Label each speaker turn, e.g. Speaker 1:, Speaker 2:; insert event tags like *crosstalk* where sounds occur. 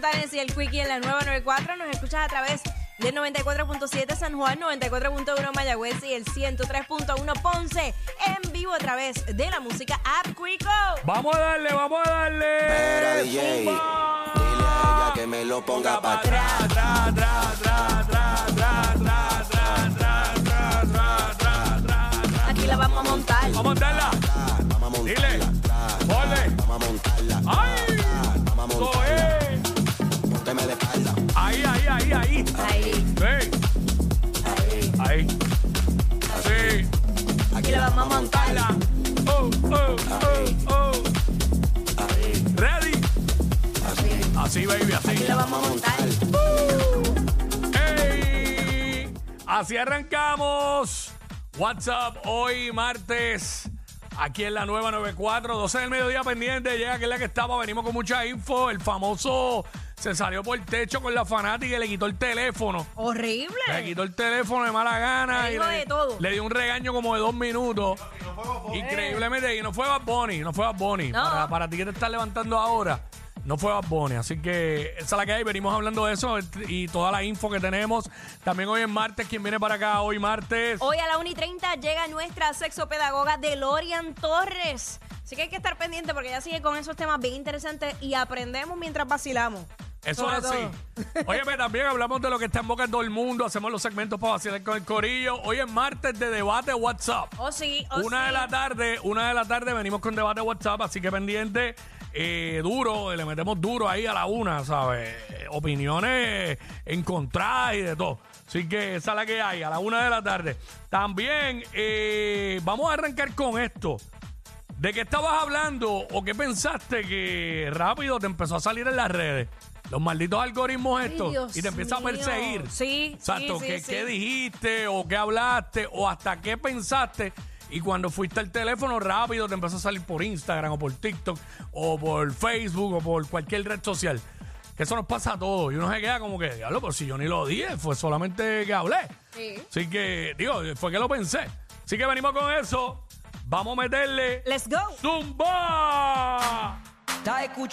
Speaker 1: Tanes y el Quickie en la nueva 94. Nos escuchas a través del 94.7 San Juan, 94.1 Mayagüez y el 103.1 Ponce. En vivo a través de la música App Quico.
Speaker 2: Vamos a darle, vamos a darle.
Speaker 3: Espera, DJ.
Speaker 2: Zumba.
Speaker 3: Dile a ella que me lo ponga para atrás.
Speaker 2: Tra, tra, tra, tra, tra, tra, tra, tra, tra, tra, tra, tra.
Speaker 1: Aquí la vamos a montar.
Speaker 2: Vamos a montarla.
Speaker 3: Vamos a montarla.
Speaker 2: Dile. Ole.
Speaker 3: Vamos a montarla.
Speaker 2: Ay.
Speaker 3: Vamos a montarla.
Speaker 2: Coge.
Speaker 3: Pónteme de espalda.
Speaker 2: Ahí, ahí, ahí, ahí.
Speaker 1: Ahí,
Speaker 2: Ven.
Speaker 1: ahí.
Speaker 2: Ahí. Sí.
Speaker 1: Aquí la vamos a montar.
Speaker 2: Ala. Oh, oh, oh, oh.
Speaker 3: Ahí.
Speaker 2: Ready. Así, baby,
Speaker 1: Aquí
Speaker 2: así.
Speaker 1: la vamos a montar.
Speaker 2: ¡Ey! Así arrancamos. WhatsApp hoy martes. Aquí en la nueva 94, 12 del mediodía pendiente. Llega que es la que estaba. Venimos con mucha info. El famoso se salió por el techo con la fanática y le quitó el teléfono. Le
Speaker 1: Horrible.
Speaker 2: quitó el teléfono de mala gana. y
Speaker 1: Le dijo
Speaker 2: le,
Speaker 1: de todo.
Speaker 2: le dio un regaño como de dos minutos. Increíblemente. Y no fue Bad Bunny. No fue Bad Bunny.
Speaker 1: No.
Speaker 2: Para, para ti que te estás levantando ahora, no fue Bad Bunny. Así que esa es la que hay. Venimos hablando de eso y toda la info que tenemos. También hoy es martes. ¿Quién viene para acá hoy martes?
Speaker 1: Hoy a la 1 y 30 llega nuestra sexopedagoga Delorian Torres. Así que hay que estar pendiente porque ella sigue con esos temas bien interesantes y aprendemos mientras vacilamos.
Speaker 2: Eso
Speaker 1: Sobre
Speaker 2: es así.
Speaker 1: todo. *laughs*
Speaker 2: Oye, pero también hablamos de lo que está en boca de todo el mundo. Hacemos los segmentos para vacilar con el corillo. Hoy es martes de debate WhatsApp.
Speaker 1: Oh, sí, oh,
Speaker 2: una
Speaker 1: sí.
Speaker 2: de la tarde, una de la tarde venimos con debate WhatsApp, así que pendiente, eh, duro, le metemos duro ahí a la una, ¿sabes? Opiniones encontradas y de todo. Así que esa es la que hay, a la una de la tarde. También eh, vamos a arrancar con esto. ¿De qué estabas hablando o qué pensaste que rápido te empezó a salir en las redes? Los malditos algoritmos estos.
Speaker 1: Dios
Speaker 2: y te empieza
Speaker 1: mío.
Speaker 2: a perseguir.
Speaker 1: Sí,
Speaker 2: Exacto,
Speaker 1: sí, sí,
Speaker 2: ¿qué,
Speaker 1: sí.
Speaker 2: qué dijiste o qué hablaste o hasta qué pensaste? Y cuando fuiste al teléfono rápido te empezó a salir por Instagram o por TikTok o por Facebook o por cualquier red social. Que eso nos pasa a todos. Y uno se queda como que, diablo, pero si yo ni lo dije, fue solamente que hablé.
Speaker 1: Sí.
Speaker 2: Así que, digo, fue que lo pensé. Así que venimos con eso. Vamos a meterle
Speaker 1: Let's go.
Speaker 2: Zumba.